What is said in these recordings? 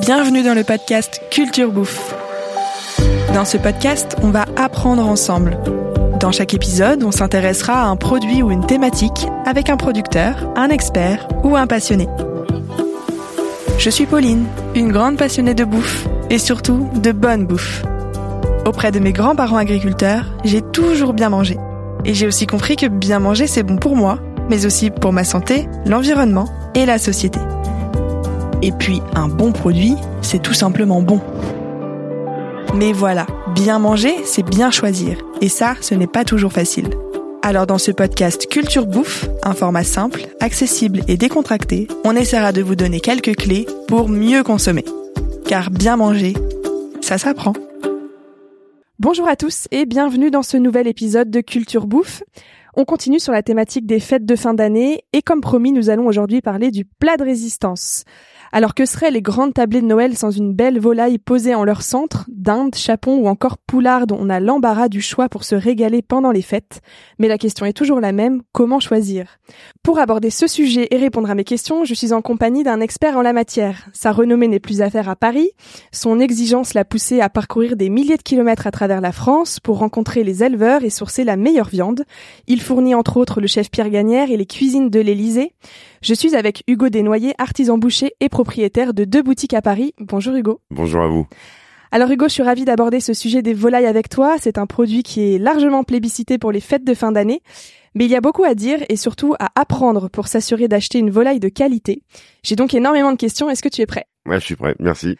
Bienvenue dans le podcast Culture Bouffe. Dans ce podcast, on va apprendre ensemble. Dans chaque épisode, on s'intéressera à un produit ou une thématique avec un producteur, un expert ou un passionné. Je suis Pauline, une grande passionnée de bouffe et surtout de bonne bouffe. Auprès de mes grands-parents agriculteurs, j'ai toujours bien mangé. Et j'ai aussi compris que bien manger, c'est bon pour moi, mais aussi pour ma santé, l'environnement et la société. Et puis, un bon produit, c'est tout simplement bon. Mais voilà, bien manger, c'est bien choisir. Et ça, ce n'est pas toujours facile. Alors dans ce podcast Culture Bouffe, un format simple, accessible et décontracté, on essaiera de vous donner quelques clés pour mieux consommer. Car bien manger, ça s'apprend. Bonjour à tous et bienvenue dans ce nouvel épisode de Culture Bouffe. On continue sur la thématique des fêtes de fin d'année et comme promis, nous allons aujourd'hui parler du plat de résistance. Alors que seraient les grandes tablées de Noël sans une belle volaille posée en leur centre, dinde, chapon ou encore poulard dont on a l'embarras du choix pour se régaler pendant les fêtes Mais la question est toujours la même, comment choisir Pour aborder ce sujet et répondre à mes questions, je suis en compagnie d'un expert en la matière. Sa renommée n'est plus à faire à Paris, son exigence l'a poussé à parcourir des milliers de kilomètres à travers la France pour rencontrer les éleveurs et sourcer la meilleure viande. Il fournit entre autres le chef Pierre Gagnère et les cuisines de l'Élysée. Je suis avec Hugo Desnoyers, artisan boucher et propriétaire de deux boutiques à Paris. Bonjour Hugo. Bonjour à vous. Alors Hugo, je suis ravie d'aborder ce sujet des volailles avec toi. C'est un produit qui est largement plébiscité pour les fêtes de fin d'année. Mais il y a beaucoup à dire et surtout à apprendre pour s'assurer d'acheter une volaille de qualité. J'ai donc énormément de questions. Est-ce que tu es prêt Ouais, je suis prêt, merci.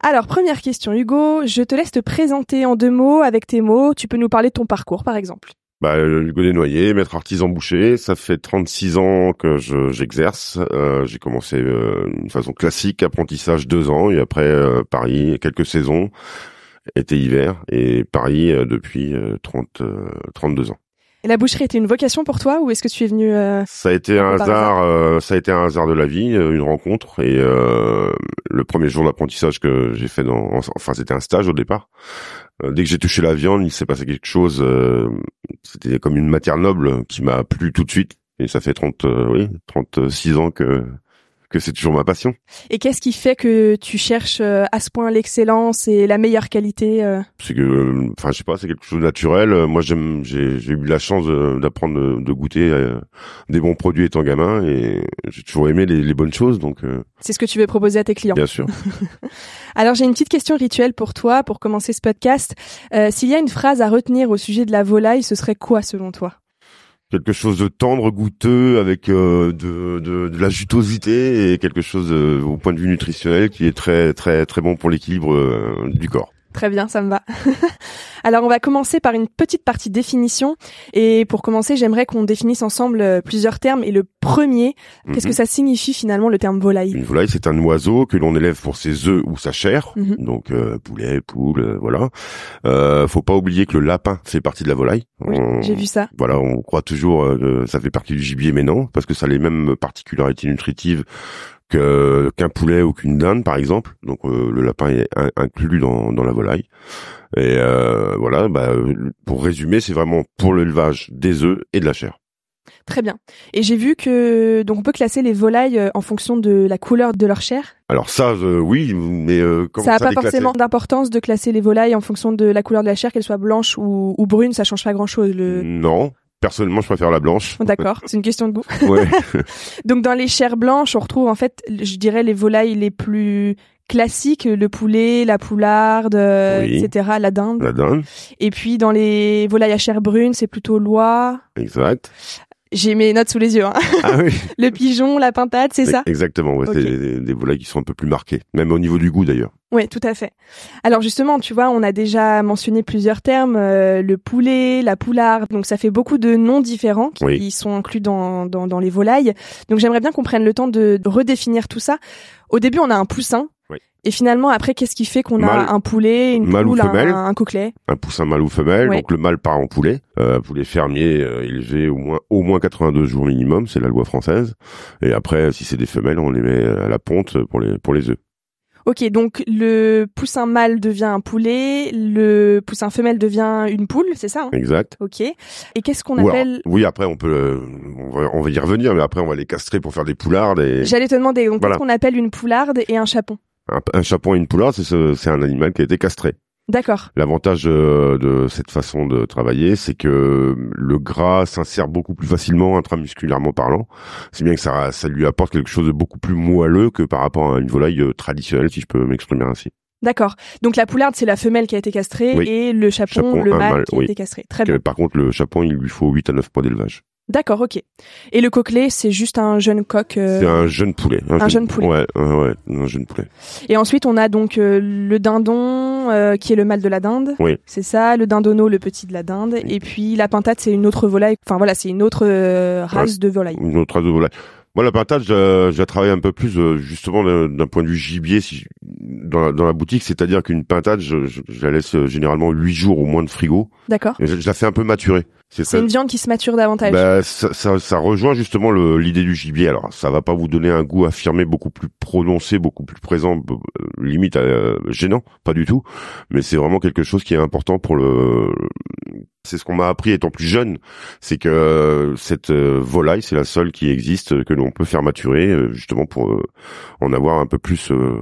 Alors, première question, Hugo. Je te laisse te présenter en deux mots, avec tes mots. Tu peux nous parler de ton parcours, par exemple. Bah, euh, Hugo Desnoyers, maître artisan boucher, ça fait 36 ans que je- j'exerce. Euh, j'ai commencé euh, une façon classique, apprentissage deux ans, et après euh, Paris, quelques saisons, été-hiver, et Paris euh, depuis euh, 30, euh, 32 ans. Et La boucherie était une vocation pour toi ou est-ce que tu es venu euh, Ça a été un Par hasard, euh, ça a été un hasard de la vie, euh, une rencontre et euh, le premier jour d'apprentissage que j'ai fait dans, en- enfin c'était un stage au départ. Euh, dès que j'ai touché la viande, il s'est passé quelque chose. euh, c'était comme une matière noble qui m'a plu tout de suite et ça fait 30, euh, oui, 36 ans que que c'est toujours ma passion. et qu'est-ce qui fait que tu cherches euh, à ce point l'excellence et la meilleure qualité euh c'est que euh, enfin je sais pas c'est quelque chose de naturel Euh, moi j'aime j'ai j'ai eu la chance euh, d'apprendre de, de goûter euh, des bons produits étant gamin et j'ai toujours aimé les, les bonnes choses donc euh, C'est ce que tu veux proposer à tes clients. bien sûr Alors j'ai une petite question rituelle pour toi pour commencer ce podcast. Euh, S'il y a une phrase à retenir au sujet de la volaille, ce serait quoi selon toi quelque chose de tendre goûteux avec euh, de, de de la jutosité et quelque chose euh, au point de vue nutritionnel qui est très très très bon pour l'équilibre euh, du corps Très bien, ça me va. Alors on va commencer par une petite partie définition et pour commencer j'aimerais qu'on définisse ensemble euh, plusieurs termes et le premier, qu'est-ce que Mhm. ça signifie finalement le terme volaille Une volaille, c'est un oiseau que l'on élève pour ses œufs ou sa chair, Mhm. donc euh, poulet, poule, euh, voilà. Euh, faut pas oublier que le lapin fait partie de la volaille. Oui, On- J'ai vu ça. Voilà, on croit toujours euh, que ça fait partie du gibier, mais non, parce que ça a les mêmes particularités nutritives que qu'un poulet ou qu'une dinde, par exemple. Donc euh, le lapin est in- inclus dans, dans la volaille. Et euh, voilà, bah, euh, pour résumer, c'est vraiment pour l'élevage des œufs et de la chair. Très bien. Et j'ai vu que donc on peut classer les volailles euh, en fonction de la couleur de leur chair. Alors ça, euh, oui, mais euh, comment ça n'a ça, pas les classer forcément d'importance de classer les volailles en fonction de la couleur de la chair, qu'elle soit blanche ou, ou brune, ça change pas grand chose. Hmm. Le... Non, personnellement, je préfère la blanche. D'accord, c'est une question de goût. Ouais. Donc dans les chairs blanches, on retrouve en fait, je dirais les volailles les plus classiques, le poulet, la poularde, euh, Oui. etc., la dinde. la dinde, Et puis dans les volailles à chair brune, c'est plutôt l'oie. exact. J'ai mes notes sous les yeux. hein. Ah oui, Le pigeon, la pintade, c'est ça exactement. ouais, Ok. C'est des, des volailles qui sont un peu plus marquées, même au niveau du goût d'ailleurs. Oui, tout à fait. Alors justement, tu vois, on a déjà mentionné plusieurs termes, euh, le poulet, la poularde, donc ça fait beaucoup de noms différents qui Oui. sont inclus dans, dans, dans les volailles. Donc j'aimerais bien qu'on prenne le temps de redéfinir tout ça. Au début, on a un poussin. Oui. Et finalement, après, qu'est-ce qui fait qu'on Mâle. a un poulet, une Mâle ou poule, femelle. un, un coquelet un poussin mâle ou femelle. Ouais. Donc le mâle part en poulet, euh, poulet fermier euh, élevé au moins au moins 82 jours minimum, c'est la loi française. Et après, si c'est des femelles, on les met à la ponte pour les pour les œufs. Ok, donc le poussin mâle devient un poulet, le poussin femelle devient une poule, c'est ça hein Exact. Ok. Et qu'est-ce qu'on Ou alors- appelle... oui, après on peut euh, on, va, on va y revenir, mais après on va les castrer pour faire des poulardes et J'allais te demander, donc, Voilà. qu'est-ce qu'on appelle une poularde et un chapon un, un chapon et une poularde, c'est ce- c'est un animal qui a été castré. D'accord. L'avantage euh, de cette façon de travailler, c'est que euh, le gras s'insère beaucoup plus facilement intramusculairement parlant. C'est bien que ça, ça lui apporte quelque chose de beaucoup plus moelleux que par rapport à une volaille euh, traditionnelle, si je peux m'exprimer ainsi. D'accord. Donc la poularde, c'est la femelle qui a été castrée Oui. et le chapon, Chapon, le un mâle mâle, qui a oui. été castré. Très Que, bien. par contre, le chapon, il lui faut 8 à 9 points d'élevage. D'accord, ok. Et le coquelet, c'est juste un jeune coq. euh, C'est un jeune poulet. hein, un jeune poulet. Ouais, ouais, ouais, un jeune poulet. Et ensuite, on a donc euh, le dindon, euh, qui est le mâle de la dinde. Oui. C'est ça, le dindono, le petit de la dinde. Et puis la pintade, c'est une autre volaille. Enfin voilà, c'est une autre euh, race de volaille. Une autre race de volaille. Moi, la pintade, je, la- je la travaille un peu plus euh, justement d'un d'un point de vue gibier si je- dans, la, dans la boutique, c'est-à-dire qu'une pintade, je, je- je la laisse euh, généralement 8 jours au moins de frigo. D'accord. Et je, je la fais un peu maturer. C'est une viande qui se mature davantage. Bah, ça, ça, ça rejoint justement le- l'idée du gibier. Alors, ça va pas vous donner un goût affirmé beaucoup plus prononcé, beaucoup plus présent, b- euh, limite euh, gênant, pas du tout. Mais c'est vraiment quelque chose qui est important pour le. C'est ce qu'on m'a appris étant plus jeune, c'est que euh, cette euh, volaille, c'est la seule qui existe euh, que l'on peut faire maturer, euh, justement pour euh, en avoir un peu plus, euh,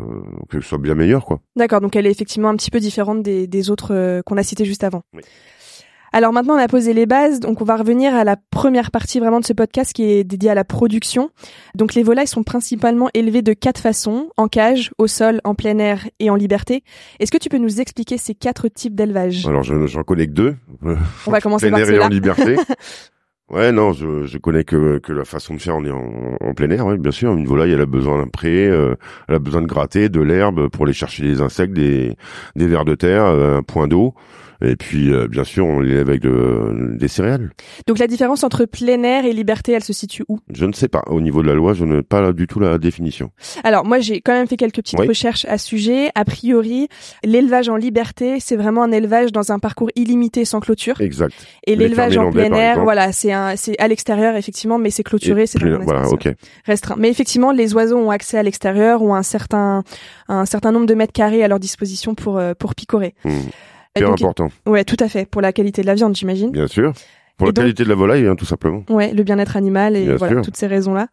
que ce soit bien meilleur, quoi. D'accord, donc elle est effectivement un petit peu différente des, des autres euh, qu'on a citées juste avant. Oui. Alors maintenant, on a posé les bases, donc on va revenir à la première partie vraiment de ce podcast qui est dédiée à la production. Donc les volailles sont principalement élevées de quatre façons, en cage, au sol, en plein air et en liberté. Est-ce que tu peux nous expliquer ces quatre types d'élevage Alors, je- j'en connais que deux. On va commencer plein par air et en cela. liberté. Ouais, non, je, je connais que, que la façon de faire, on est en, en plein air, oui, bien sûr. Une volaille, elle a besoin d'un pré, euh, elle a besoin de gratter, de l'herbe pour aller chercher des insectes, des, des vers de terre, euh, un point d'eau. Et puis, euh, bien sûr, on l'élève avec de- des céréales. Donc la différence entre plein air et liberté, elle se situe où Je ne sais pas. Au niveau de la loi, je n'ai pas du tout la définition. Alors moi j'ai quand même fait quelques petites Oui. recherches à ce sujet. A priori, l'élevage en liberté, c'est vraiment un élevage dans un parcours illimité sans clôture. Exact. Et Les l'élevage fermiers en landais, plein par air, exemple. voilà, c'est un, c'est à l'extérieur effectivement, mais c'est clôturé, Et c'est plein- dans un voilà, espace ok. restreint. Mais effectivement, les oiseaux ont accès à l'extérieur, ont un certain, un certain nombre de mètres carrés à leur disposition pour euh, pour picorer. Mmh. Et Hyper donc, important, ouais, tout à fait, pour la qualité de la viande, j'imagine. bien sûr. Et Pour la donc- qualité de la volaille, hein, tout simplement. Ouais, le bien-être animal et Bien voilà sûr. toutes ces raisons-là.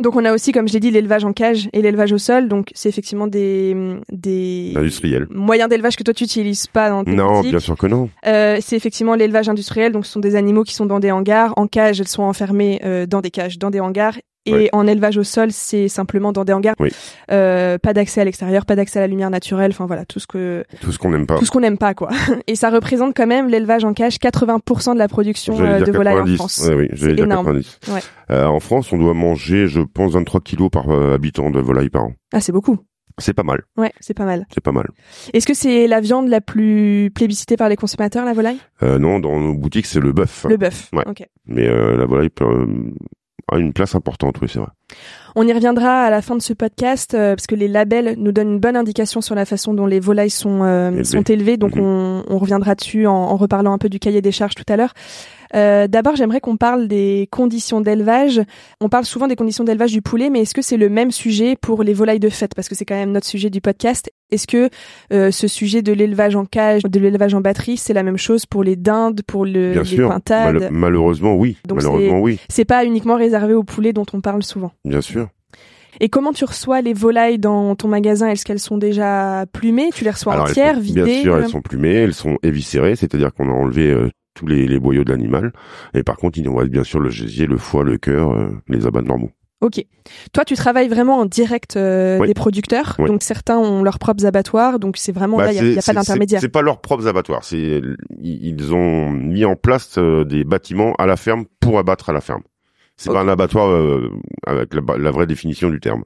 Donc on a aussi, comme je l'ai dit, l'élevage en cage et l'élevage au sol. Donc c'est effectivement des des Industriel. moyens d'élevage que toi tu utilises pas dans tes Non, pratiques. bien sûr que non. Euh, c'est effectivement l'élevage industriel. Donc, ce sont des animaux qui sont dans des hangars. En cage, elles sont enfermées euh, dans des cages, dans des hangars. Et Ouais. en élevage au sol, c'est simplement dans des hangars. Oui. Euh, pas d'accès à l'extérieur, pas d'accès à la lumière naturelle. Enfin voilà, tout ce que Tout ce qu'on n'aime pas. tout ce qu'on n'aime pas quoi. Et ça représente quand même l'élevage en cage 80% de la production J'allais euh, dire de volailles en 90. France. Ouais, oui, j'allais dire énorme. 90. Ouais. Euh, en France, on doit manger, je pense, 23 kilos par euh, habitant de volaille par an. Ah, c'est beaucoup. C'est pas mal, Ouais, c'est pas mal. c'est pas mal. Est-ce que c'est la viande la plus plébiscitée par les consommateurs, la volaille Euh, non, dans nos boutiques, c'est le bœuf. Le bœuf. Ouais. Ok. Mais euh, la volaille peut, euh, a une place importante, oui, c'est vrai. On y reviendra à la fin de ce podcast euh, parce que les labels nous donnent une bonne indication sur la façon dont les volailles sont euh, Élevées. sont élevées. Donc Mhm. on, on reviendra dessus en, en reparlant un peu du cahier des charges tout à l'heure. Euh, D'abord, j'aimerais qu'on parle des conditions d'élevage. On parle souvent des conditions d'élevage du poulet, mais est-ce que c'est le même sujet pour les volailles de fête Parce que c'est quand même notre sujet du podcast. Est-ce que euh, ce sujet de l'élevage en cage, de l'élevage en batterie, c'est la même chose pour les dindes, pour le, Bien Euh, les sûr. pintades Mal- malheureusement, oui. Donc malheureusement, oui, C'est pas uniquement réservé au poulet dont on parle souvent. bien sûr. Et comment tu reçois les volailles dans ton magasin Est-ce qu'elles sont déjà plumées Tu les reçois Alors, elles entières, sont- vidées bien sûr, euh, elles sont plumées, elles sont éviscérées, c'est-à-dire qu'on a enlevé euh, tous les, les boyaux de l'animal. Et par contre, il nous reste bien sûr le gésier, le foie, le cœur, euh, les abats normaux. Ok. Toi, tu travailles vraiment en direct euh, Oui. des producteurs. Oui. Donc certains ont leurs propres abattoirs. Donc c'est vraiment Bah, là, il c'est- n'y a, c'est- pas d'intermédiaire. C'est c'est pas leurs propres abattoirs. C'est ils- ils ont mis en place euh, des bâtiments à la ferme pour abattre à la ferme. C'est Ok. pas un abattoir euh, avec la, ba- la vraie définition du terme.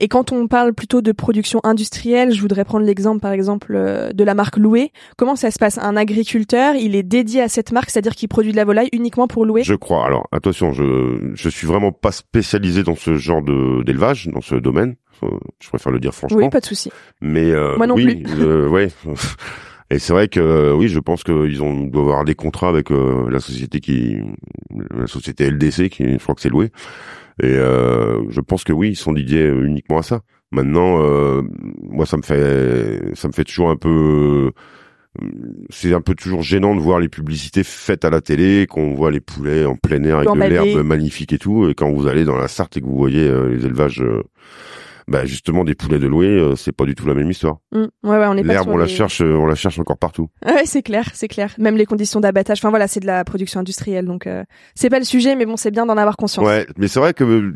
Et quand on parle plutôt de production industrielle, je voudrais prendre l'exemple, par exemple, euh, de la marque Loué. Comment ça se passe Un agriculteur, il est dédié à cette marque, c'est-à-dire qu'il produit de la volaille uniquement pour Loué. Je crois. Alors attention, je je suis vraiment pas spécialisé dans ce genre de d'élevage, dans ce domaine. Euh, Je préfère le dire franchement. Oui, pas de souci. Mais euh, Moi non oui, euh, ouais. Et c'est vrai que euh, oui, je pense qu'ils ont doivent avoir des contrats avec euh, la société qui la société LDC qui je crois que c'est loué. Et euh, je pense que oui, ils sont dédiés uniquement à ça. Maintenant euh, moi ça me fait ça me fait toujours un peu c'est un peu toujours gênant de voir les publicités faites à la télé, qu'on voit les poulets en plein air avec de Emballés. l'herbe magnifique et tout, et quand vous allez dans la Sarthe et que vous voyez euh, les élevages euh, bah justement des poulets de louer, euh, c'est pas du tout la même histoire. Mm. Ouais, ouais, on est pas L'herbe, sur on la les- cherche, euh, on la cherche encore partout. Ouais, c'est clair, c'est clair. Même les conditions d'abattage. Enfin voilà, c'est de la production industrielle, donc euh, c'est pas le sujet, mais bon, c'est bien d'en avoir conscience. Ouais, mais c'est vrai que euh,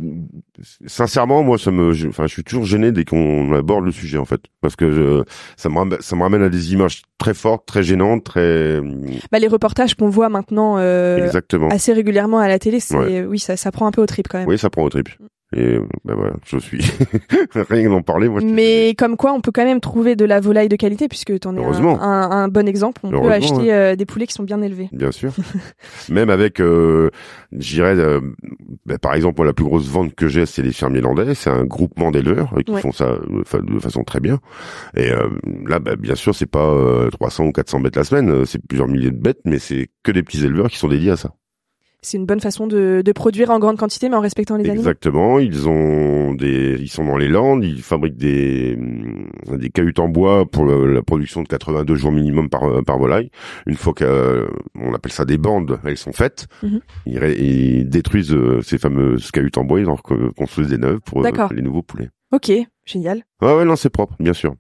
sincèrement, moi, ça me, je- enfin, je suis toujours gêné dès qu'on aborde le sujet en fait, parce que je- ça me ramène, ça me ramène à des images très fortes, très gênantes, très Bah, les reportages qu'on voit maintenant euh, exactement. assez régulièrement à la télé, c'est Ouais. oui, ça, ça prend un peu au trip quand même. Oui, ça prend au trip. Et euh, ben voilà, je suis rien que d'en parler, moi. je- Mais comme quoi, on peut quand même trouver de la volaille de qualité, puisque t'en es un, Heureusement. un, un bon exemple. On peut Heureusement, acheter ouais. euh, des poulets qui sont bien élevés. Bien sûr. Même avec, euh, j'irais, euh, bah, par exemple, moi, la plus grosse vente que j'ai, c'est les fermiers landais. C'est un groupement d'éleveurs euh, qui Ouais. font ça euh, fa- de façon très bien. Et euh, là, bah, bien sûr, c'est pas euh, 300 ou 400 bêtes la semaine, euh, c'est plusieurs milliers de bêtes, mais c'est que des petits éleveurs qui sont dédiés à ça. C'est une bonne façon de, de produire en grande quantité, mais en respectant les animaux. Exactement. Ils ont des, ils sont dans les Landes. Ils fabriquent des hum, des cahutes en bois pour le- la production de 82 jours minimum par euh, par volaille. Une fois que euh, on appelle ça des bandes, elles sont faites. Mhm. ils, ré- ils détruisent euh, ces fameuses cahutes en bois. Ils en reco- construisent des neuves pour euh, D'accord. les nouveaux poulets. Ah Ok, génial. Ouais, ouais, non, c'est propre, bien sûr.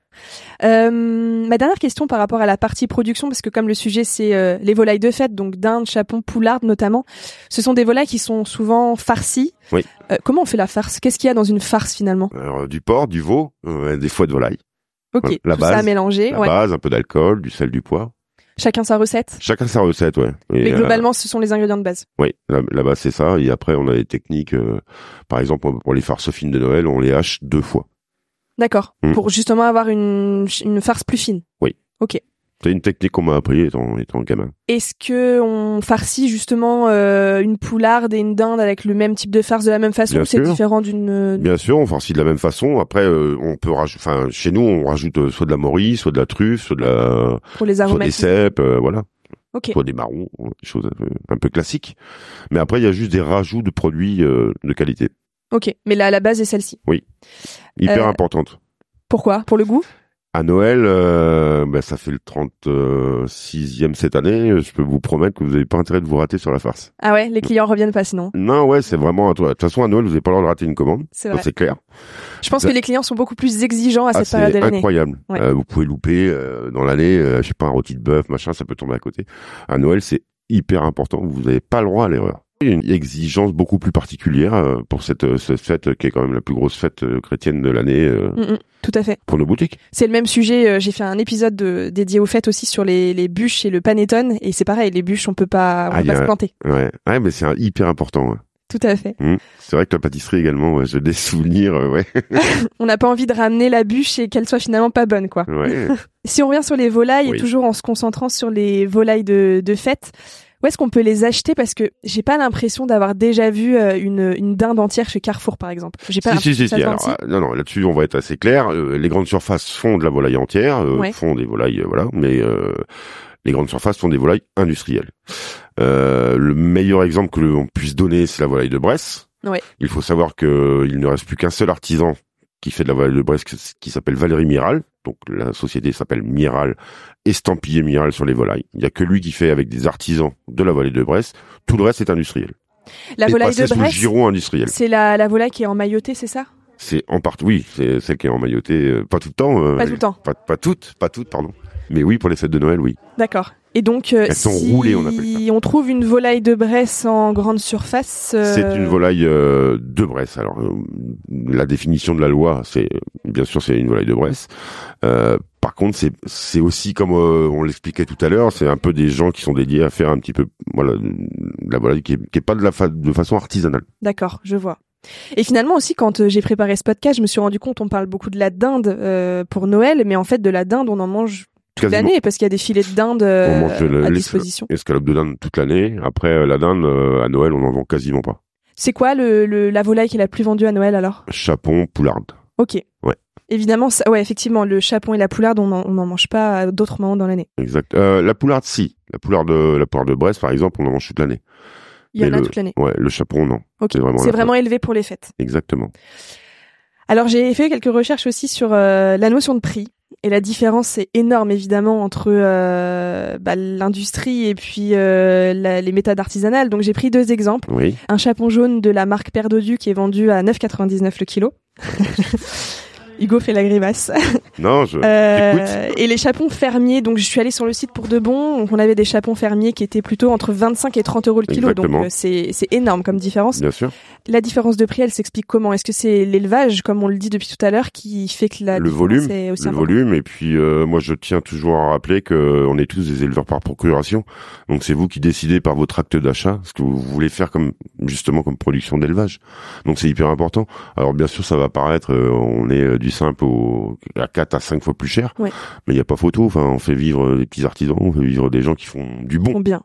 Euh, ma dernière question par rapport à la partie production, parce que comme le sujet c'est euh, les volailles de fête, donc dinde, chapon, poularde notamment, ce sont des volailles qui sont souvent farcies. Oui. Euh, comment on fait la farce Qu'est-ce qu'il y a dans une farce finalement Alors, euh, du porc, du veau, euh, des foies de volaille, Ok, Ouais, Euh, la tout ça base, mélangé. la ouais. base, un peu d'alcool, du sel, du poivre. Chacun sa recette. Chacun sa recette, ouais. Et, Mais euh, globalement, ce sont les ingrédients de base. Oui, là- là-bas c'est ça. Et après on a des techniques, euh, par exemple pour les farces fines de Noël, on les hache deux fois. D'accord. Mm. Pour justement avoir une, une farce plus fine. C'est une technique qu'on m'a appris étant, étant gamin. Est-ce que on farcit justement euh, une poularde et une dinde avec le même type de farce de la même façon Bien ou c'est sûr. différent d'une Bien sûr, on farcit de la même façon. Après, euh, on peut raj- enfin chez nous on rajoute euh, soit de la morille, soit de la truffe, soit de la, pour les soit des aromatiques cèpes, euh, voilà, Ok. soit des marrons, des choses un peu, un peu classiques. Mais après il y a juste des rajouts de produits euh, de qualité, Ok. Mais là, la base est celle-ci. hyper Euh, importante. Pourquoi Pour le goût À Noël, euh, ben, ça fait le 36e cette année. Je peux vous promettre que vous n'avez pas intérêt de vous rater sur la farce. Ah ouais, les clients reviennent pas sinon. Non, ouais, c'est vraiment à toi. De toute façon, à Noël, vous n'avez pas le droit de rater une commande. C'est Ça, vrai. C'est clair. Je pense que les clients sont beaucoup plus exigeants à Ah, cette période c'est de l'année. incroyable. Ouais. Euh, vous pouvez louper euh, dans l'année, euh, je sais pas, un rôti de bœuf, machin, ça peut tomber à côté. À Noël, c'est hyper important. Vous n'avez pas le droit à l'erreur. Il y a une exigence beaucoup plus particulière euh, pour cette, euh, cette fête euh, qui est quand même la plus grosse fête euh, chrétienne de l'année euh, Mm, mm, Tout à fait. pour nos boutiques. C'est le même sujet. euh, J'ai fait un épisode de- dédié aux fêtes aussi sur les, les bûches et le panettone. Et c'est pareil, les bûches, on peut pas, on Ah, peut y pas a- se planter. Ouais, ouais mais c'est un- hyper important. ouais. Tout à fait. C'est vrai que la pâtisserie également, ouais, j'ai des souvenirs. euh, ouais, On n'a pas envie de ramener la bûche et qu'elle soit finalement pas bonne, quoi. ouais. Si on revient sur les volailles, Oui. et toujours en se concentrant sur les volailles de, de fête, où est-ce qu'on peut les acheter Parce que j'ai pas l'impression d'avoir déjà vu euh, une, une dinde entière chez Carrefour, par exemple. J'ai pas Si, si, si, l'impression si. que ça se vende Alors, ici. euh, non, non, là-dessus, on va être assez clair. Euh, les grandes surfaces font de la volaille entière, euh, Ouais. font des volailles, euh, voilà, mais euh, les grandes surfaces font des volailles industrielles. Euh, le meilleur exemple que l'on puisse donner, c'est la volaille de Bresse. Ouais. Il faut savoir que euh, il ne reste plus qu'un seul artisan qui fait de la volaille de Bresse, qui- qui s'appelle Valérie Miral. Donc, la société s'appelle Miral, estampillé Miral sur les volailles. Il n'y a que lui qui fait avec des artisans de la volaille de Bresse. Tout le reste est industriel. La Et volaille passé de sous le Bresse, giron industriel. c'est la, la volaille qui est emmaillotée, c'est ça C'est en partie, oui, c'est celle qui est emmaillotée, euh, pas tout le temps. euh, Pas tout le temps. Pas, pas toutes, pas toutes, pardon. Mais oui, pour les fêtes de Noël, oui. D'accord. Et donc, euh, Elles si sont roulées, on appelle on trouve une volaille de Bresse en grande surface, euh, C'est une volaille euh, de Bresse. Alors, euh, la définition de la loi, c'est euh, bien sûr, c'est une volaille de Bresse. Euh, par contre, c'est c'est aussi comme euh, on l'expliquait tout à l'heure, c'est un peu des gens qui sont dédiés à faire un petit peu, voilà, de la volaille qui est, qui est pas de la fa- de façon artisanale. D'accord, je vois. Et finalement aussi, quand euh, j'ai préparé ce podcast, je me suis rendu compte, on parle beaucoup de la dinde euh, pour Noël, mais en fait, de la dinde, on en mange toute Quasiment. l'année parce qu'il y a des filets de dinde euh, On mange de à la- l'escalope. disposition. Escalope de dinde toute l'année. Après, euh, la dinde euh, à Noël, on en vend quasiment pas. C'est quoi le, le- la volaille qui est la plus vendue à Noël alors Chapon, poularde. Ok. Ouais. Évidemment, ça, ouais, effectivement, le chapon et la poularde, on n'en on n'en mange pas à d'autres moments dans l'année. Exact. Euh, la poularde, si. La poularde, de, la poularde de Brest, par exemple, on en mange toute l'année. Il y en Mais a le- toute l'année. Ouais, le chaperon, non. Ok. c'est vraiment C'est la vraiment élevé pour les fêtes. Exactement. Alors j'ai fait quelques recherches aussi sur euh, la notion de prix. Et la différence est énorme évidemment entre euh, bah, l'industrie et puis euh, la- les méthodes artisanales. Donc j'ai pris deux exemples. Oui. Un chapon jaune de la marque Perdodu qui est vendu à 9,99 le kilo. Hugo fait la grimace. Non, je. Euh, et les chapons fermiers, donc je suis allée sur le site pour de bon, donc on avait des chapons fermiers qui étaient plutôt entre 25 et 30 euros le kilo, Exactement. donc euh, c'est c'est énorme comme différence. Bien sûr. La différence de prix, elle s'explique comment Est-ce que c'est l'élevage, comme on le dit depuis tout à l'heure, qui fait que la Le différence volume, est aussi le importante volume. Et puis, euh, moi, je tiens toujours à rappeler que euh, on est tous des éleveurs par procuration. Donc, c'est vous qui décidez par votre acte d'achat ce que vous voulez faire comme justement comme production d'élevage. Donc, c'est hyper important. Alors, bien sûr, ça va paraître, euh, on est euh, du simple au, à 4 à 5 fois plus cher. Ouais. Mais il n'y a pas photo. Enfin, on fait vivre euh, des petits artisans, on fait vivre des gens qui font du bon. Combien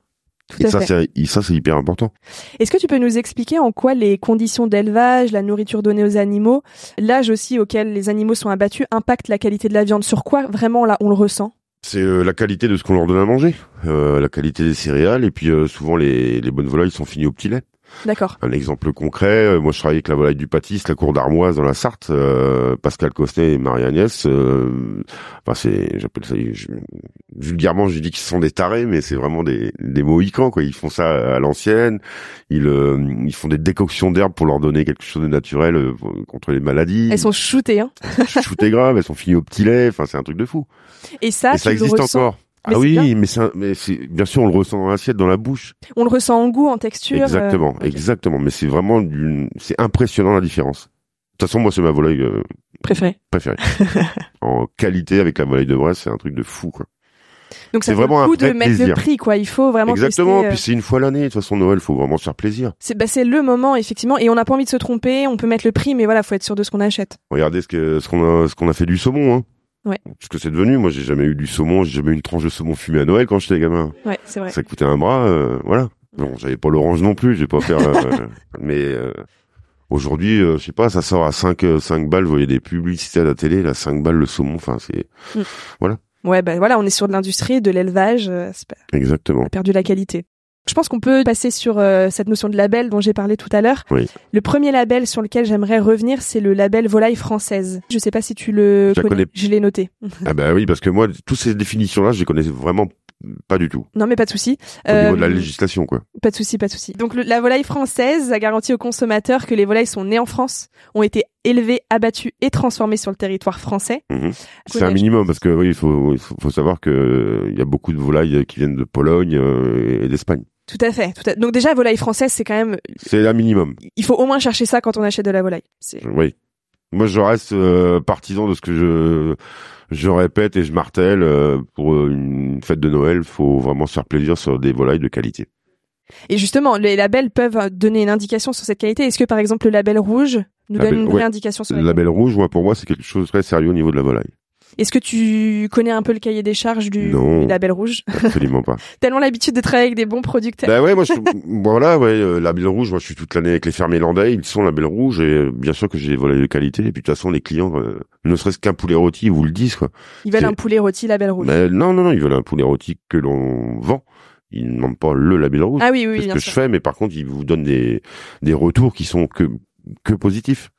Tout Et à ça, fait. c'est et ça, c'est hyper important. Est-ce que tu peux nous expliquer en quoi les conditions d'élevage, la nourriture donnée aux animaux, l'âge aussi auquel les animaux sont abattus impactent la qualité de la viande Sur quoi vraiment là on le ressent C'est euh, la qualité de ce qu'on leur donne à manger, euh, la qualité des céréales, et puis euh, souvent les, les bonnes volailles sont finies au petit lait. D'accord. Un exemple concret, euh, moi je travaillais avec la volaille du Pâtis, la cour d'Armoise dans la Sarthe, euh, Pascal Cosnet et Marie-Agnès, euh, enfin c'est, j'appelle ça, je- vulgairement je dis qu'ils sont des tarés, mais c'est vraiment des, des mohicans quoi, ils font ça à l'ancienne, ils, euh, ils font des décoctions d'herbes pour leur donner quelque chose de naturel euh, contre les maladies, Elles sont shootées, hein. shootées graves, elles sont finies au petit lait, enfin c'est un truc de fou. Et ça, Et ça Ah, tu le existe ressens- encore. Mais ah c'est oui, bien. mais c'est un- mais c'est bien sûr on le ressent dans l'assiette, dans la bouche. On le ressent en goût, en texture. euh, exactement, ok. exactement. Mais c'est vraiment d'une- c'est impressionnant la différence. De toute façon, moi c'est ma volaille euh, Préféré. préférée. en qualité avec la volaille de Brest, c'est un truc de fou quoi. Donc ça C'est vaut vraiment le un coup de vrai mettre le plaisir. prix, quoi. Il faut vraiment Exactement. tester, euh, Puis c'est une fois l'année. De toute façon, Noël, faut vraiment se faire plaisir. C'est bah, c'est le moment, effectivement. Et on n'a pas envie de se tromper. On peut mettre le prix, mais voilà, faut être sûr de ce qu'on achète. Regardez ce que ce qu'on a ce qu'on a fait du saumon. Hein. Ouais. Ce que c'est devenu. Moi, j'ai jamais eu du saumon. J'ai jamais eu une tranche de saumon fumé à Noël quand j'étais gamin. Ouais, c'est vrai. ça coûtait un bras, euh, voilà. Bon, j'avais pas l'orange non plus, j'ai pas faire. euh, mais euh, aujourd'hui, euh, je sais pas, ça sort à 5 euh, 5 balles. Vous voyez des publicités à la télé, là 5 balles le saumon. Enfin, c'est Ouais, bah voilà, on est sur de l'industrie, de l'élevage. euh, c'est pas- exactement. a perdu la qualité. Je pense qu'on peut passer sur euh, cette notion de label dont j'ai parlé tout à l'heure. Oui. Le premier label sur lequel j'aimerais revenir, c'est le label volaille française. Je sais pas si tu le Je la connais. connais. Je l'ai noté. Ah bah oui, parce que moi, toutes ces définitions-là, je les connaissais vraiment pas du tout Non, mais pas de souci. au niveau de la Euh, législation, quoi. Pas de souci, pas de souci. Donc le- la volaille française a garanti aux consommateurs que les volailles sont nées en France, ont été élevées, abattues et transformées sur le territoire français. Mhm. C'est Connais- un minimum parce que oui, il faut, il faut faut savoir que euh, il y a beaucoup de volailles qui viennent de Pologne euh, et d'Espagne. Tout à fait. Tout à... Donc déjà volaille française, c'est quand même, C'est un minimum. il faut au moins chercher ça quand on achète de la volaille. C'est- Oui. Moi, je reste euh, partisan de ce que je je répète et je martèle euh, pour une fête de Noël. Faut vraiment se faire plaisir sur des volailles de qualité. Et justement, les labels peuvent euh, donner une indication sur cette qualité. Est-ce que par exemple le label rouge nous Label- donne une vraie ouais. indication sur Le la label rouge, moi, pour moi, c'est quelque chose de très sérieux au niveau de la volaille. Est-ce que tu connais un peu le cahier des charges du, Non. du label rouge Absolument pas. Tellement l'habitude de travailler avec des bons producteurs. bah ouais, moi, je, voilà, ouais, euh, label rouge. Moi, je suis toute l'année avec les fermiers landais. Ils sont label rouge et euh, bien sûr que j'ai des volailles de qualité. Et puis de toute façon, les clients, euh, ne serait-ce qu'un poulet rôti, ils vous le disent quoi. Ils veulent c'est- un poulet rôti label rouge. Mais non, non, non, ils veulent un poulet rôti que l'on vend. Ils ne demandent pas le label rouge. Ah oui, oui, oui, c'est ce bien que sûr. je fais, mais par contre, ils vous donnent des, des retours qui sont que, que positifs.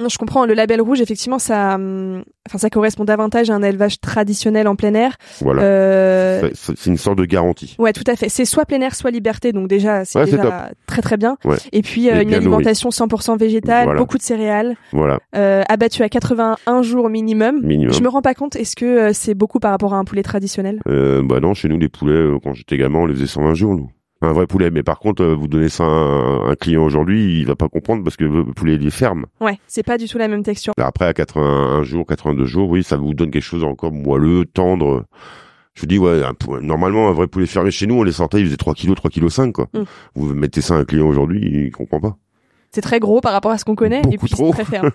Non, je comprends. Le label rouge, effectivement, ça, hum, enfin, ça correspond davantage à un élevage traditionnel en plein air. Voilà. Euh, Ça- ça- C'est une sorte de garantie. Ouais, tout à fait. C'est soit plein air, soit liberté. Donc déjà, c'est Ouais, c'est déjà très très bien. Ouais. Et puis euh, Et une bien nourri. alimentation 100% végétale, Voilà. beaucoup de céréales, Voilà, euh, abattue à 81 jours minimum. minimum. Je me rends pas compte. Est-ce que euh, c'est beaucoup par rapport à un poulet traditionnel Euh, bah non, chez nous, les poulets, euh, quand j'étais gamin, on les faisait 120 jours, nous. Un vrai poulet. Mais par contre, euh, vous donnez ça à un, un client aujourd'hui, il va pas comprendre parce que le poulet, il est ferme. Ouais, c'est pas du tout la même texture. Après, à 81 jours, 82 jours, oui, ça vous donne quelque chose encore moelleux, tendre. Je vous dis, ouais, un pou- normalement, un vrai poulet fermé chez nous, on les sortait, il faisait 3 kilos, 3 kilos 5, quoi. Mm. Vous mettez ça à un client aujourd'hui, il comprend pas. C'est très gros par rapport à ce qu'on connaît. et Beaucoup puis trop. c'est très ferme.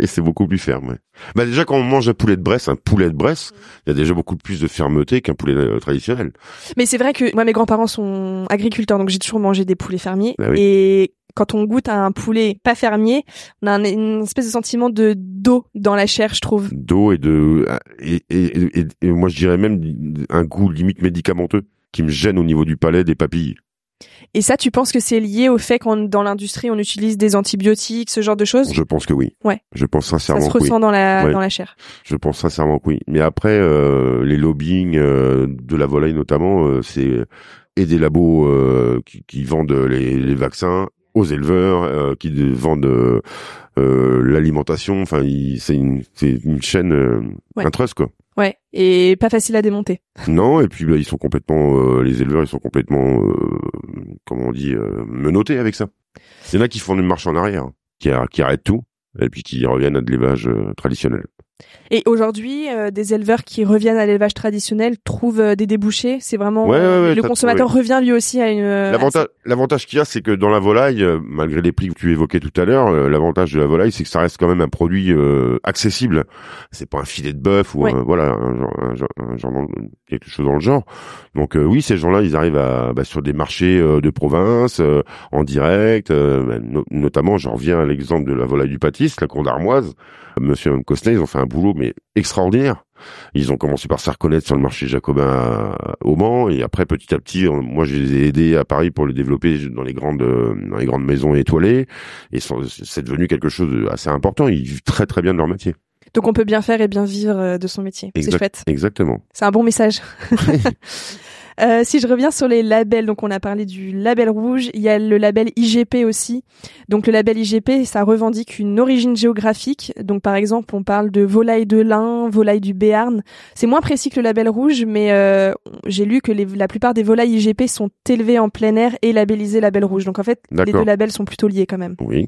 Et c'est beaucoup plus ferme. ouais. Bah déjà quand on mange un poulet de Bresse, un poulet de Mm. Bresse, il y a déjà beaucoup plus de fermeté qu'un poulet euh, traditionnel. Mais c'est vrai que moi, mes grands-parents sont agriculteurs, donc j'ai toujours mangé des poulets fermiers. Bah oui. Et quand on goûte à un poulet pas fermier, on a un- une espèce de sentiment de d'eau dans la chair, je trouve. D'eau et de euh, et, et, et- et moi je dirais même un goût limite médicamenteux qui me gêne au niveau du palais des papilles. Et ça, tu penses que c'est lié au fait qu'on dans l'industrie, on utilise des antibiotiques, ce genre de choses Je pense que oui. Ouais. Je pense Ça sincèrement se que oui. ressent dans la Ouais. dans la chair. Je pense sincèrement que oui. Mais après euh, les lobbying euh, de la volaille notamment, euh, c'est et des labos euh, qui, qui vendent les, les vaccins aux éleveurs euh, qui de- vendent euh, euh, l'alimentation. Enfin, il- c'est une, c'est une chaîne, euh, Ouais. un trust quoi. Ouais, et pas facile à démonter. Non, et puis bah, ils sont complètement, euh, les éleveurs, ils sont complètement, euh, comment on dit, euh, menottés avec ça. C'est là qui font une marche en arrière, hein, qui, ar- qui arrêtent tout, et puis qui reviennent à de l'élevage euh, traditionnel. Et aujourd'hui, euh, des éleveurs qui reviennent à l'élevage traditionnel trouvent euh, des débouchés. C'est vraiment Ouais, euh, ouais, ouais, le t'as consommateur revient lui aussi à une. euh, à- L'avantage, l'avantage qu'il y a, c'est que dans la volaille, euh, malgré les prix que tu évoquais tout à l'heure, euh, l'avantage de la volaille, c'est que ça reste quand même un produit euh, accessible. C'est pas un filet de bœuf ou Ouais. un- voilà un, genre- un genre- un genre dans- quelque chose dans le genre. Donc euh, oui, ces gens-là, ils arrivent à bah, sur des marchés euh, de province euh, en direct. euh, bah, no- notamment, j'en reviens à l'exemple de la volaille du Pâtis, la cour d'Armoise. Monsieur et Mme Cosnet, ils ont fait un boulot mais extraordinaire. Ils ont commencé par se faire connaître sur le marché jacobin à- au Mans et après petit à petit, on- moi je les ai aidés à Paris pour le développer dans les grandes euh, dans les grandes maisons étoilées et sont- c'est devenu quelque chose d'assez important. Ils vivent très très bien de leur métier. Donc on peut bien faire et bien vivre euh, de son métier. C'est Exact. chouette. Exactement. C'est un bon message. Euh, si je reviens sur les labels, donc on a parlé du label rouge, il y a le label IGP aussi. Donc le label IGP, ça revendique une origine géographique. Donc par exemple, on parle de volaille de l'Ain, volaille du Béarn. C'est moins précis que le label rouge, mais euh, j'ai lu que les- la plupart des volailles IGP sont élevées en plein air et labellisées label rouge. Donc en fait, les D'accord. deux labels sont plutôt liés quand même. Oui.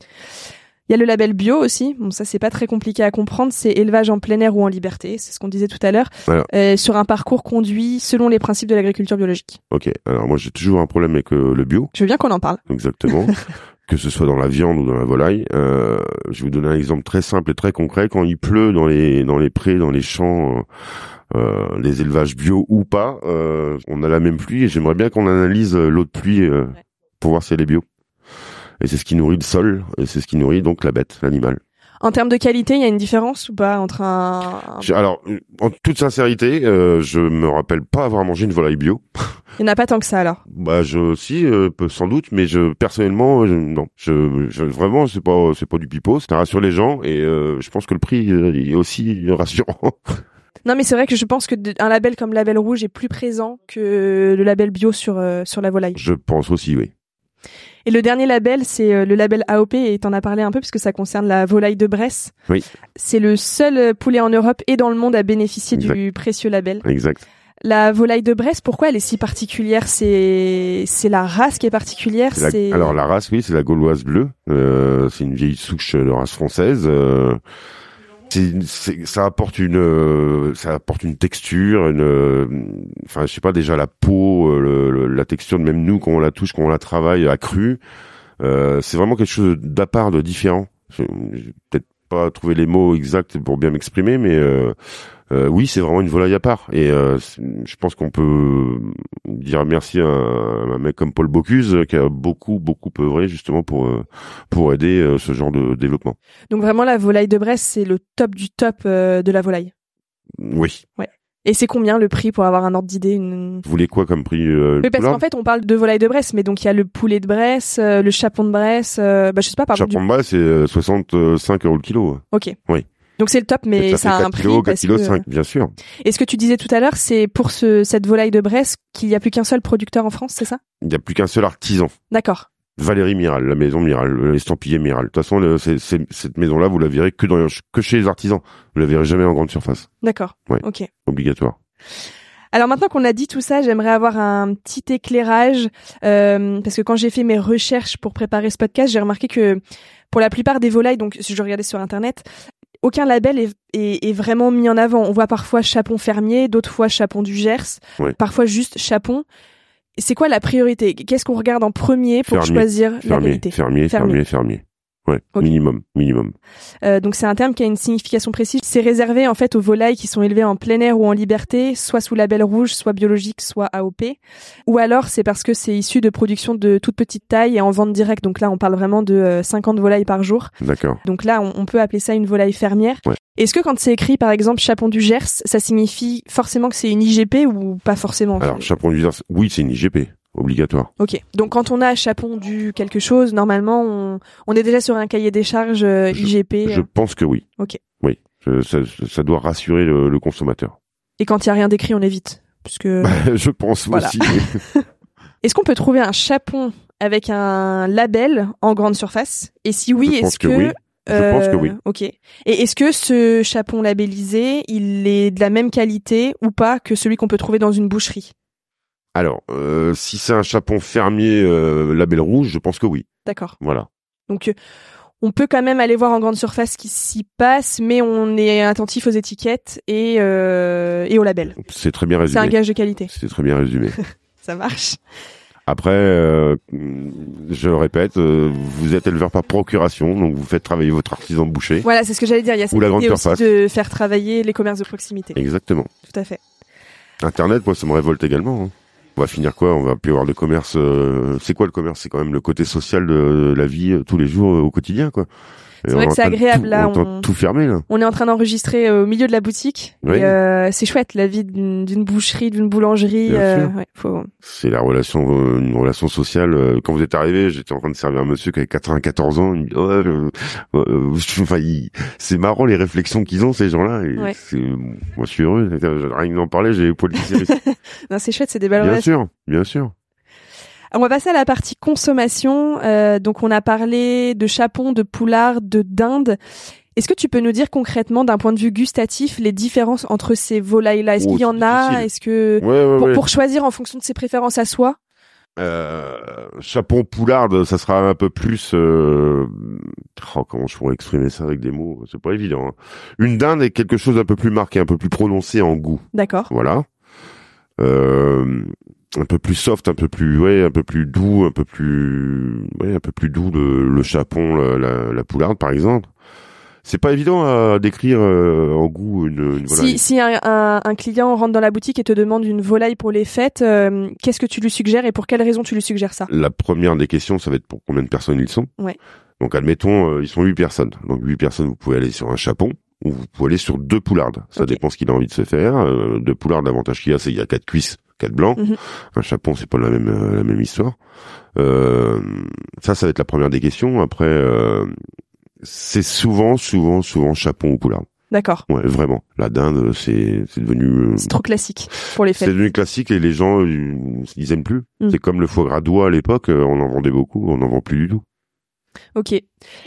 Il y a le label bio aussi. Bon, ça, c'est pas très compliqué à comprendre. C'est élevage en plein air ou en liberté. C'est ce qu'on disait tout à l'heure. Voilà. Euh, sur un parcours conduit selon les principes de l'agriculture biologique. Ok. Alors moi j'ai toujours un problème avec euh, le bio. Je veux bien qu'on en parle. Exactement. que ce soit dans la viande ou dans la volaille. Euh, je vais vous donner un exemple très simple et très concret. Quand il pleut dans les dans les prés, dans les champs, euh, euh, les élevages bio ou pas, euh, on a la même pluie et j'aimerais bien qu'on analyse euh, l'eau de pluie euh, Ouais. pour voir si elle est bio. Et c'est ce qui nourrit le sol, et c'est ce qui nourrit donc la bête, l'animal. En termes de qualité, il y a une différence ou pas entre un. Je- Alors, euh, en toute sincérité, euh, je me rappelle pas avoir mangé une volaille bio. Il n'y en a pas tant que ça alors. Bah je si euh, peu- sans doute mais je personnellement euh, je, non je, je vraiment c'est pas c'est pas du pipeau ça rassure les gens et euh, je pense que le prix euh, il est aussi rassurant Non, mais c'est vrai que je pense que de- un label comme label rouge est plus présent que le label bio sur euh, sur la volaille. je pense aussi oui Et le dernier label, c'est euh, le label AOP, et t'en as parlé un peu puisque ça concerne la volaille de Bresse. Oui. C'est le seul euh, poulet en Europe et dans le monde à bénéficier du précieux label. exact La volaille de Bresse, pourquoi elle est si particulière C'est c'est la race qui est particulière. La- C'est alors la race oui c'est la gauloise bleue Euh, c'est une vieille souche de race française Euh, c'est- c'est- ça apporte une euh, ça apporte une texture une euh, enfin je sais pas déjà la peau euh, le- le- la texture même nous quand on la touche quand on la travaille à cru euh, c'est vraiment quelque chose d'à part de différent Je- j'ai peut-être pas trouvé les mots exacts pour bien m'exprimer mais euh, euh, oui c'est vraiment une volaille à part et euh, c'est- je pense qu'on peut dire merci à un, à un mec comme Paul Bocuse euh, qui a beaucoup beaucoup œuvré justement pour euh, pour aider euh, ce genre de développement donc vraiment la volaille de Bresse, c'est le top du top euh, de la volaille. oui Et c'est combien le prix pour avoir un ordre d'idée une... Vous voulez quoi comme prix euh, Oui, parce Poulard qu'en fait, on parle de volaille de Bresse, mais donc il y a le poulet de Bresse, euh, le chapon de Bresse. euh, bah, je sais pas, pardon. Chaperon de bas, c'est euh, 65 euros le kilo. Ok. Oui. Donc c'est le top, Et mais ça ça fait a 4 un prix. kilos, 4 parce kilos que- 5, bien sûr. Et ce que tu disais tout à l'heure, c'est pour ce, cette volaille de Bresse qu'il n'y a plus qu'un seul producteur en France, c'est ça Il n'y a plus qu'un seul artisan. D'accord. Valérie Miral, la maison Miral, euh, l'estampillé Miral. De toute façon, le- c'est- c'est- cette maison-là, vous la verrez que, dans, que chez les artisans. Vous la verrez jamais en grande surface. D'accord. Ouais. Ok. Obligatoire. Alors maintenant qu'on a dit tout ça, j'aimerais avoir un petit éclairage euh, parce que quand j'ai fait mes recherches pour préparer ce podcast, j'ai remarqué que pour la plupart des volailles, donc si je regardais sur internet, aucun label est, est- est vraiment mis en avant. On voit parfois chapon fermier, d'autres fois chapon du Gers, Ouais. parfois juste chapon. C'est quoi la priorité Qu'est-ce qu'on regarde en premier pour Fermier. choisir la Fermier, qualité fermier, fermier, fermier, Ouais, Ok. minimum, minimum. Euh, donc c'est un terme qui a une signification précise. C'est réservé en fait aux volailles qui sont élevées en plein air ou en liberté, soit sous label rouge, soit biologique, soit AOP. Ou alors c'est parce que c'est issu de production de toute petite taille et en vente directe. Donc là on parle vraiment de euh, 50 volailles par jour. D'accord. Donc là on, on peut appeler ça une volaille fermière. Ouais. Est-ce que quand c'est écrit par exemple Chapon du Gers, ça signifie forcément que c'est une IGP ou pas forcément en Alors, fait chaperon du Gers, oui, c'est une IGP. Obligatoire. Ok. Donc quand on a Chapon du quelque chose, normalement on, on est déjà sur un cahier des charges euh, Je- IGP. Je euh, pense que oui. Ok. Oui. Je- ça, ça doit rassurer le, le consommateur. Et quand il y a rien d'écrit on évite. Puisque... je pense Voilà. aussi. Est-ce qu'on peut trouver un chapon avec un label en grande surface Et si oui, Je pense est-ce que, que oui. Je pense que oui. euh, Ok. Et est-ce que ce chapon labellisé, il est de la même qualité ou pas que celui qu'on peut trouver dans une boucherie Alors, euh, si c'est un chapon fermier euh, label rouge, je pense que oui. D'accord. Voilà. Donc euh, on peut quand même aller voir en grande surface ce qui s'y passe, mais on est attentif aux étiquettes et euh, et au label. C'est très bien C'est un résumé. gage de qualité. C'est très bien résumé. Ça marche. Après, euh, je le répète, euh, vous êtes éleveur par procuration, donc vous faites travailler votre artisan boucher. Voilà, c'est ce que j'allais dire. Il y a cette la grande idée aussi surface. de faire travailler les commerces de proximité. Exactement. Tout à fait. Internet, moi, ça me révolte également. hein. On va finir quoi On va plus avoir de commerce. euh, C'est quoi le commerce C'est quand même le côté social de la vie euh, tous les jours, euh, au quotidien, quoi. Et C'est vrai on que c'est entend agréable, tout- là, On... entend on- tout fermer là. On est en train d'enregistrer euh, au milieu de la boutique. Oui. Et, euh, c'est chouette, la vie d'une d'une boucherie, d'une boulangerie. Bien euh, sûr. ouais, faut- C'est la relation, euh, une relation sociale. euh, Quand vous êtes arrivé, j'étais en train de servir un monsieur qui avait 94 ans. Il me dit, ouais, euh, euh, enfin, il- c'est marrant les réflexions qu'ils ont ces gens-là. Et Ouais. c'est- Moi, je suis heureux. Rien que d'en parler, j'ai les poils qui s'érissent. Non, c'est chouette, c'est des belles Bien relations. sûr, bien sûr. On va passer à la partie consommation. Euh, donc, on a parlé de chapon, de poulard, de dinde. Est-ce que tu peux nous dire concrètement, d'un point de vue gustatif, les différences entre ces volailles-là Est-ce Oh, qu'il y en c'est a difficile. Est-ce que Ouais, ouais, pour, ouais. pour choisir en fonction de ses préférences à soi Euh, chapon poularde, ça sera un peu plus. euh, oh, comment je pourrais exprimer ça avec des mots C'est pas évident. hein. Une dinde est quelque chose d'un peu plus marqué, un peu plus prononcé en goût. D'accord. voilà Euh, un peu plus soft un peu plus ouais un peu plus doux un peu plus ouais un peu plus doux le, le chapon la, la, la poularde par exemple c'est pas évident à décrire euh, en goût une, une volaille. Si, si un, un- un client rentre dans la boutique et te demande une volaille pour les fêtes, euh, qu'est-ce que tu lui suggères et pour quelle raison tu lui suggères ça la première des questions ça va être pour combien de personnes ils sont Ouais. donc admettons euh, ils sont huit personnes donc huit personnes vous pouvez aller sur un chapon ou vous pouvez aller sur deux poulardes ça Ok. dépend ce qu'il a envie de se faire Euh, deux poulardes l'avantage qu'il y a c'est qu'il y a quatre cuisses quatre blancs Mhm. un chapon c'est pas la même euh, la même histoire Euh, ça, ça va être la première des questions. Après, euh, c'est souvent, souvent, souvent chapon ou poulard. D'accord. Ouais, vraiment. La dinde, c'est c'est devenu euh, C'est trop classique pour les c'est fêtes. devenu classique et les gens euh, ils aiment plus. Mm. C'est comme le foie gras d'oie à l'époque, euh, on en vendait beaucoup, on en vend plus du tout. Ok.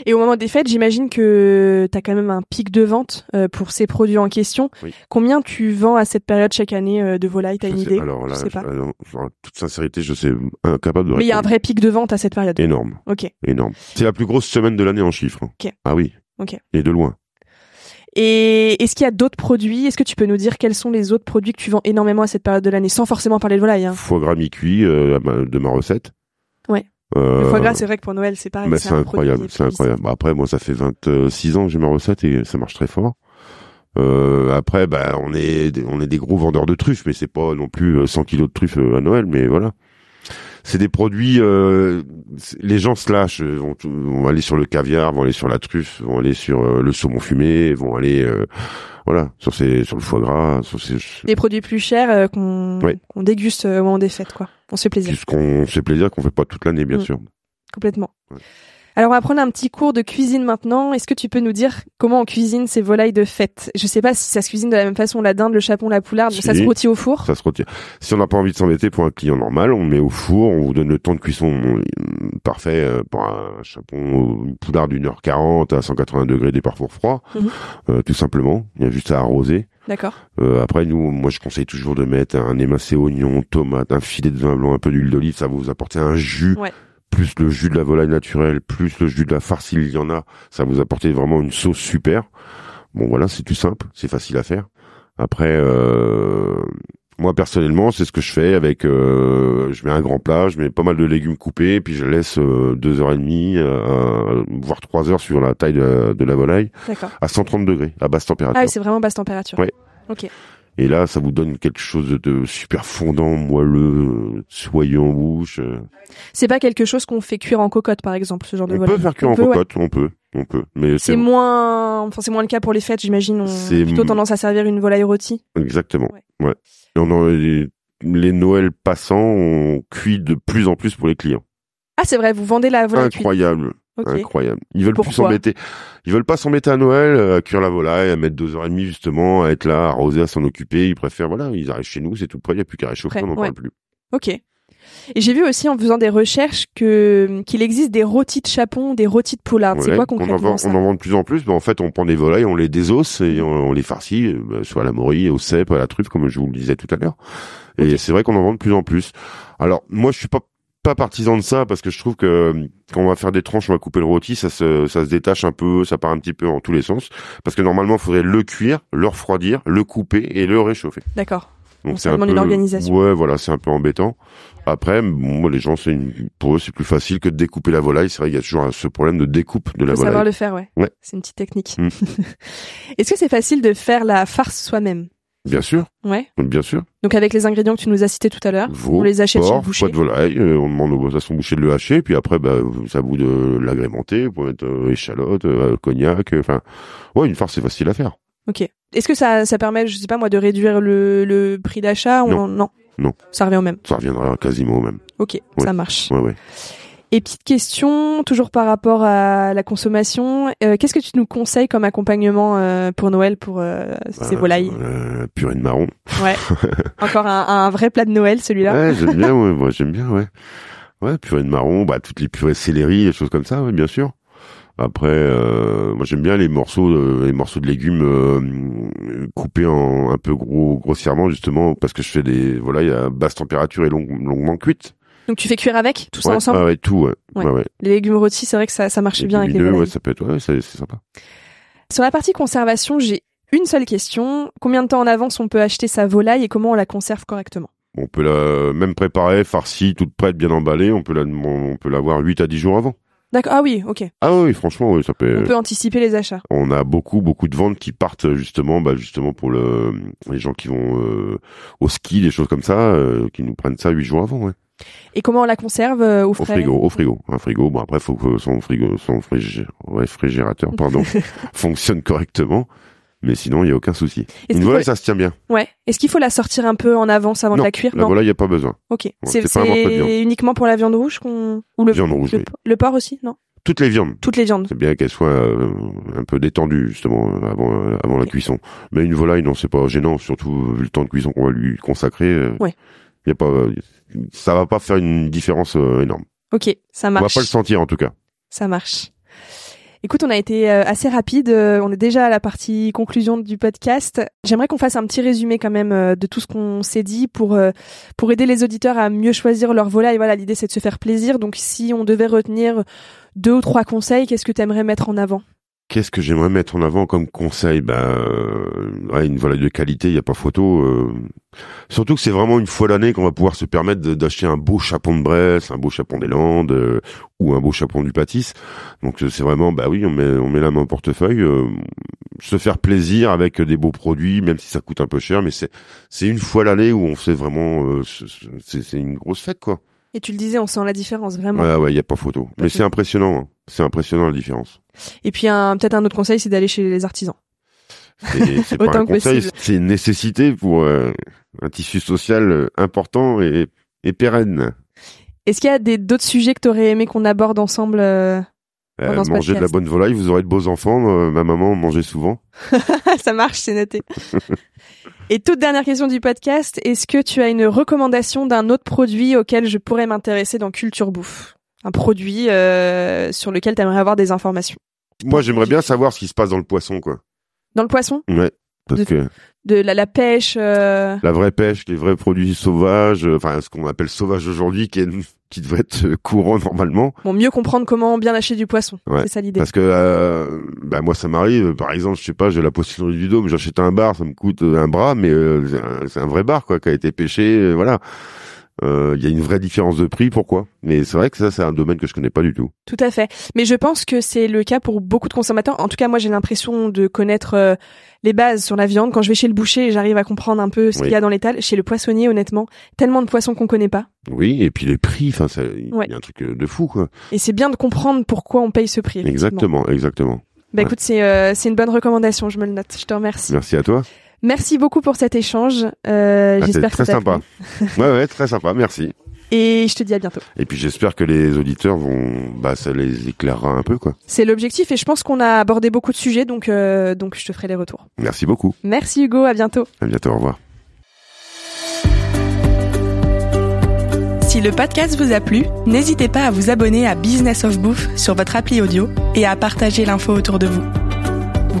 Et au moment des fêtes, j'imagine que tu as quand même un pic de vente euh, pour ces produits en question. Oui. Combien tu vends à cette période chaque année euh, de volaille T'as Je une sais- idée alors là, Je sais pas. je- alors, en toute sincérité, je sais incapable de Mais il y a un répondre. vrai pic de vente à cette période. Énorme, Ok. énorme. C'est la plus grosse semaine de l'année en chiffres. Ok. Ah oui. Ok. Et de loin. Et est-ce qu'il y a d'autres produits Est-ce que tu peux nous dire quels sont les autres produits que tu vends énormément à cette période de l'année, sans forcément parler de volaille hein. Foie gras mi-cuit euh, à ma- de ma recette. Ouais. Euh, Le foie gras, c'est vrai que pour Noël, c'est pareil. Bah, c'est un produit incroyable, c'est publicitaire. incroyable. Bah, Après, moi, ça fait 26 ans que j'ai ma recette et ça marche très fort. Euh, après, bah, on est, des- on est des gros vendeurs de truffes, mais c'est pas non plus euh, 100 kilos de truffes euh, à Noël, mais voilà. C'est des produits, euh, c'est- les gens se lâchent, euh, vont, tout- vont aller sur le caviar, vont aller sur la truffe, vont aller sur euh, le saumon fumé, vont aller, euh, voilà, sur ces, sur le foie gras, sur ces, Des produits plus chers euh, qu'on Ouais. qu'on déguste euh, au moment des fêtes, quoi. On se fait plaisir. puisqu'on fait plaisir qu'on fait pas toute l'année, bien Mm. sûr. Complètement. Ouais. Alors, on va prendre un petit cours de cuisine maintenant. Est-ce que tu peux nous dire comment on cuisine ces volailles de fête Je sais pas si ça se cuisine de la même façon la dinde, le chapon, la poularde. Bon, Si. ça se rôtit au four. ça se retire. Si on n'a pas envie de s'embêter pour un client normal, on le met au four, on vous donne le temps de cuisson euh, parfait euh, pour un chapon ou une poularde d'une heure 40 à 180 degrés des parcours froids, Mhm. euh, tout simplement. Il y a juste à arroser. D'accord. Euh, après, nous, moi, je conseille toujours de mettre un émincé oignon, tomate, un filet de vin blanc, un peu d'huile d'olive. Ça va vous apporter un jus, Ouais. plus le jus de la volaille naturelle, plus le jus de la farce s'il y en a. Ça va vous apporter vraiment une sauce super. Bon, voilà, c'est tout simple, c'est facile à faire. Après, euh, moi personnellement, c'est ce que je fais avec. euh, je mets un grand plat, je mets pas mal de légumes coupés, puis je laisse euh, deux heures et demie, euh, voire trois heures sur la taille de la, de la volaille, D'accord. à 130 degrés, à basse température. Ah oui, c'est vraiment basse température. Ouais. Et là, ça vous donne quelque chose de super fondant, moelleux, euh, soyeux en bouche. euh. C'est pas quelque chose qu'on fait cuire en cocotte, par exemple, ce genre de On volaille. peut faire cuire en ben peut, ouais. cocotte, on peut, on peut. Mais C'est c'est moins, enfin, c'est moins le cas pour les fêtes, j'imagine. On a C'est- plutôt tendance à servir une volaille rôtie. exactement. Ouais. Ouais. Et on en- les, les Noëls passants, on cuit de plus en plus pour les clients. Ah, c'est vrai, vous vendez la volaille cuite. Incroyable, Ok. incroyable. Ils veulent plus Pourquoi s'embêter. Ils veulent pas s'embêter à Noël, euh, à cuire la volaille, à mettre deux heures et demie justement, à être là, à arroser, à s'en occuper. Ils préfèrent, voilà, ils arrivent chez nous, c'est tout prêt, il n'y a plus qu'à réchauffer, Prêt, on n'en ouais. parle plus. Ok. Et j'ai vu aussi en faisant des recherches que qu'il existe des rôtis de chapon, des rôtis de poularde. Ben, C'est Ouais, quoi on en, concrètement vend, ça on en vend de plus en plus, mais en fait on prend des volailles, on les désosse et on, on les farcit, euh, bah, soit à la morille, au cèpe, à la truffe, comme je vous le disais tout à l'heure. Et c'est vrai qu'on en vend de plus en plus. Alors moi je suis pas pas partisan de ça parce que je trouve que euh, quand on va faire des tranches, on va couper le rôti, ça se, ça se détache un peu, ça part un petit peu en tous les sens parce que normalement il faudrait le cuire, le refroidir, le couper et le réchauffer. D'accord. Donc Donc, c'est ça un demande peu une organisation. Ouais, voilà, c'est un peu embêtant. Après, bon, moi, les gens, c'est une... pour eux, c'est plus facile que de découper la volaille. C'est vrai, il y a toujours un- ce problème de découpe de la Faut volaille. savoir le faire, ouais. Ouais. C'est une petite technique. Mm. Est-ce que c'est facile de faire la farce soi-même Bien sûr, Ouais. bien sûr. Donc avec les ingrédients que tu nous as cités tout à l'heure, Veau, Ah, on les achète chez le Mmh. porc, boucher. poids de volaille. euh, on demande au- à son boucher de le hacher, puis après, bah, c'est à vous de l'agrémenter. Vous pouvez mettre euh, échalote, euh, cognac. euh, Enfin, ouais, une farce, c'est facile à faire. Ok. Est-ce que ça, ça permet, je sais pas moi, de réduire le, le prix d'achat ou Non. non Non. Ça revient au même. Ça reviendra quasiment au même. Ok, Ouais. ça marche. Ouais, ouais. Et petite question, toujours par rapport à la consommation, euh, qu'est-ce que tu nous conseilles comme accompagnement euh, pour Noël pour euh, ces Euh, volailles euh, purée de marron. Encore un, un vrai plat de Noël celui-là. Ouais, j'aime bien, ouais, moi, j'aime bien, ouais. Ouais, purée de marron, bah, toutes les purées de céleri, les choses comme ça, ouais, bien sûr. Après, euh, moi, j'aime bien les morceaux, de- les morceaux de légumes euh, coupés en un peu gros, grossièrement, justement, parce que je fais des volailles à basse température et longue- longuement cuites. Donc tu fais cuire avec tout ça ouais, ensemble. ouais, ouais, tout, ouais. Ouais. Ouais, ouais. Les légumes rôtis, c'est vrai que ça, ça marche bien avec les Légumineux, volailles. ouais, ça peut être, ouais, c'est c'est sympa. Sur la partie conservation, j'ai une seule question combien de temps en avance on peut acheter sa volaille et comment on la conserve correctement On peut la même préparer, farcie, toute prête, bien emballée. On peut la, on peut l'avoir 8 à 10 jours avant. D'accord. Ah oui, ok. Ah oui, franchement, oui, ça peut. On peut anticiper les achats. On a beaucoup beaucoup de ventes qui partent justement bah justement pour le les gens qui vont euh, au ski des choses comme ça euh, qui nous prennent ça huit jours avant ouais. Et comment on la conserve euh, au au frais frigo au frigo un frigo bon après faut que son frigo son frigé- réfrigérateur pardon fonctionne correctement mais sinon il y a aucun souci Est-ce une qu'il faut- volaille ça se tient bien Ouais. Est-ce qu'il faut la sortir un peu en avance avant Non, de la cuire la volaille il y a pas besoin Ok. c'est c'est pas un morceau de viande. c'est uniquement pour la viande rouge qu'on ou le viande rouge le, oui. le porc aussi, non toutes les viandes Toutes les viandes. c'est bien qu'elles soient euh, un peu détendues justement euh, avant euh, avant la Ok. cuisson mais une volaille non c'est pas gênant surtout vu le temps de cuisson qu'on va lui consacrer euh, Ouais. y a pas euh, ça va pas faire une différence euh, énorme Ok, ça on va marche. pas le sentir en tout cas Ça marche. Écoute, on a été euh, assez rapide. euh, On est déjà à la partie conclusion du podcast. J'aimerais qu'on fasse un petit résumé quand même euh, de tout ce qu'on s'est dit pour euh, pour aider les auditeurs à mieux choisir leur volaille. Voilà, l'idée c'est de se faire plaisir. Donc, si on devait retenir deux ou trois conseils, qu'est-ce que tu aimerais mettre en avant Qu'est-ce que j'aimerais mettre en avant comme conseil Ben, euh, ouais, une volaille de qualité, il y a pas photo. euh. Surtout que c'est vraiment une fois l'année qu'on va pouvoir se permettre de- d'acheter un beau chapon de Bresse, un beau chapon des Landes euh, ou un beau chapon du Pâtis. Donc euh, c'est vraiment, bah oui, on met, on met la main au portefeuille, euh, se faire plaisir avec des beaux produits, même si ça coûte un peu cher, mais c'est c'est une fois l'année où on fait vraiment, euh, c'est- c'est c'est une grosse fête quoi. Ah Et tu le disais, on sent la différence vraiment. Ouais, ouais, il y a pas photo. Mais Ok. c'est impressionnant, hein. c'est impressionnant la différence. Et puis un- peut-être un autre conseil, c'est d'aller chez les artisans. C'est c'est pas Autant un que conseil, possible. c'est une nécessité pour euh, un tissu social euh, important et, et pérenne. Est-ce qu'il y a des d'autres sujets que tu aurais aimé qu'on aborde ensemble euh Euh, Pendant ce mangez de la podcast. bonne volaille, vous aurez de beaux enfants. euh, ma maman en mangeait souvent. Ça marche, c'est noté. Et toute dernière question du podcast, est-ce que tu as une recommandation d'un autre produit auquel je pourrais m'intéresser dans Culture Bouffe Un produit euh, sur lequel tu aimerais avoir des informations. Moi, j'aimerais bien savoir ce qui se passe dans le poisson, quoi. Dans le poisson Ouais. Parce De- que De la, la pêche euh, la vraie pêche, les vrais produits sauvages, euh, enfin ce qu'on appelle sauvage aujourd'hui, qui, est- qui devrait être euh, courant normalement, Bon, mieux comprendre comment bien lâcher du poisson. Ouais, C'est ça l'idée. parce que euh, bah moi ça m'arrive. Par exemple, je sais pas, j'ai la poissonnerie du Dôme, j'achète un bar, ça me coûte euh, un bras, mais euh, c'est un- c'est un, vrai bar quoi, qui a été pêché, euh, voilà. Euh, Il y a une vraie différence de prix, pourquoi Mais c'est vrai que ça, c'est un domaine que je connais pas du tout. Tout à fait. Mais je pense que c'est le cas pour beaucoup de consommateurs. En tout cas, moi, j'ai l'impression de connaître euh, les bases sur la viande. Quand je vais chez le boucher, j'arrive à comprendre un peu ce Oui. qu'il y a dans l'étal. Chez le poissonnier, honnêtement, tellement de poissons qu'on connaît pas. Oui, et puis les prix, enfin, ça- il Ouais. y a un truc euh, de fou, quoi. Et c'est bien de comprendre pourquoi on paye ce prix. effectivement. Exactement, exactement. Bah écoute, c'est euh, c'est une bonne recommandation, je me le note. Je te remercie. Merci à toi. Merci beaucoup pour cet échange. Euh, Ah, c'est Bah, j'espère que très ça t'a sympa. plu. ouais, ouais, très sympa. Merci. Et je te dis à bientôt. Et puis j'espère que les auditeurs vont, bah, ça les éclairera un peu, quoi. C'est l'objectif et je pense qu'on a abordé beaucoup de sujets, donc euh, donc je te ferai les retours. Merci beaucoup. Merci Hugo, à bientôt. À bientôt. Au revoir. Si Si le podcast vous a plu, n'hésitez pas à vous abonner à Business of Bouffe sur votre appli audio et à partager l'info autour de vous. Vous